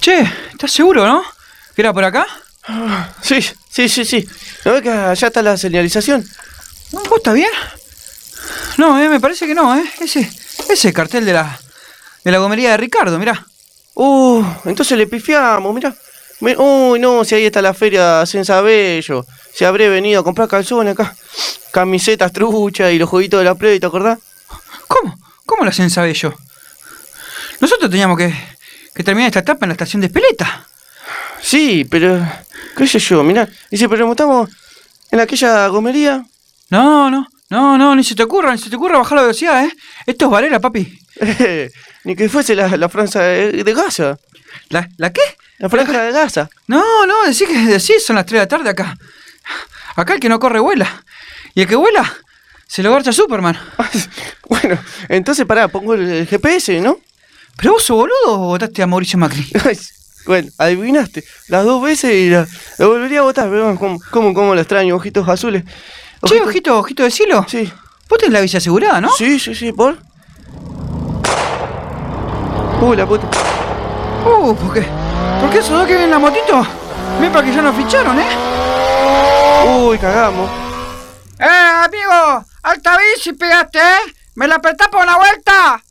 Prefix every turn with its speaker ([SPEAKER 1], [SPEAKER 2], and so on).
[SPEAKER 1] Che, ¿estás seguro, no? ¿Que era por acá?
[SPEAKER 2] Sí, sí, sí, sí. ¿No ves que allá está la señalización?
[SPEAKER 1] ¿Vos estás bien? No, eh, me parece que no, ¿eh? Ese, ese cartel de la, de la gomería de Ricardo, mirá.
[SPEAKER 2] Uh, entonces le pifiamos, mirá. Mi- Uy, no, si ahí está la feria Sensabello. Si habré venido a comprar calzones acá. Camisetas truchas y los jueguitos de la play, ¿te acordás?
[SPEAKER 1] ¿Cómo? ¿Cómo la sabe yo? Nosotros teníamos que, que terminar esta etapa en la estación de Espeleta.
[SPEAKER 2] Sí, pero... qué sé yo, mirá. Y si preguntamos en aquella gomería...
[SPEAKER 1] No, no, no, no, ni se te ocurra, ni se te ocurra bajar la velocidad, ¿eh? Esto es Varela, papi.
[SPEAKER 2] ni que fuese la, la franja de, de Gaza.
[SPEAKER 1] ¿La, la qué?
[SPEAKER 2] La franja de Gaza.
[SPEAKER 1] No, no, decí que decís, son las 3 de la tarde acá. Acá el que no corre vuela. Y el que vuela, se lo garcha Superman.
[SPEAKER 2] bueno, entonces pará, pongo el, el GPS, ¿no?
[SPEAKER 1] ¿Pero vos sos boludo o votaste a Mauricio Macri?
[SPEAKER 2] bueno, adivinaste. Las dos veces y la, la volvería a votar. Pero ¿cómo, cómo, cómo lo extraño? Ojitos azules.
[SPEAKER 1] Che, ojito, ojito de cielo.
[SPEAKER 2] Sí.
[SPEAKER 1] Vos tenés la visa asegurada, ¿no?
[SPEAKER 2] Sí, sí, sí, por. Uy, la puta.
[SPEAKER 1] Uh, ¿por qué? ¿Por qué esos dos que vienen en la motito? Ven para que ya nos ficharon, ¿eh?
[SPEAKER 2] Uy, cagamos.
[SPEAKER 1] ¡Eh, amigo! ¡Alta bici pegaste, eh! ¡Me la apretás por una vuelta!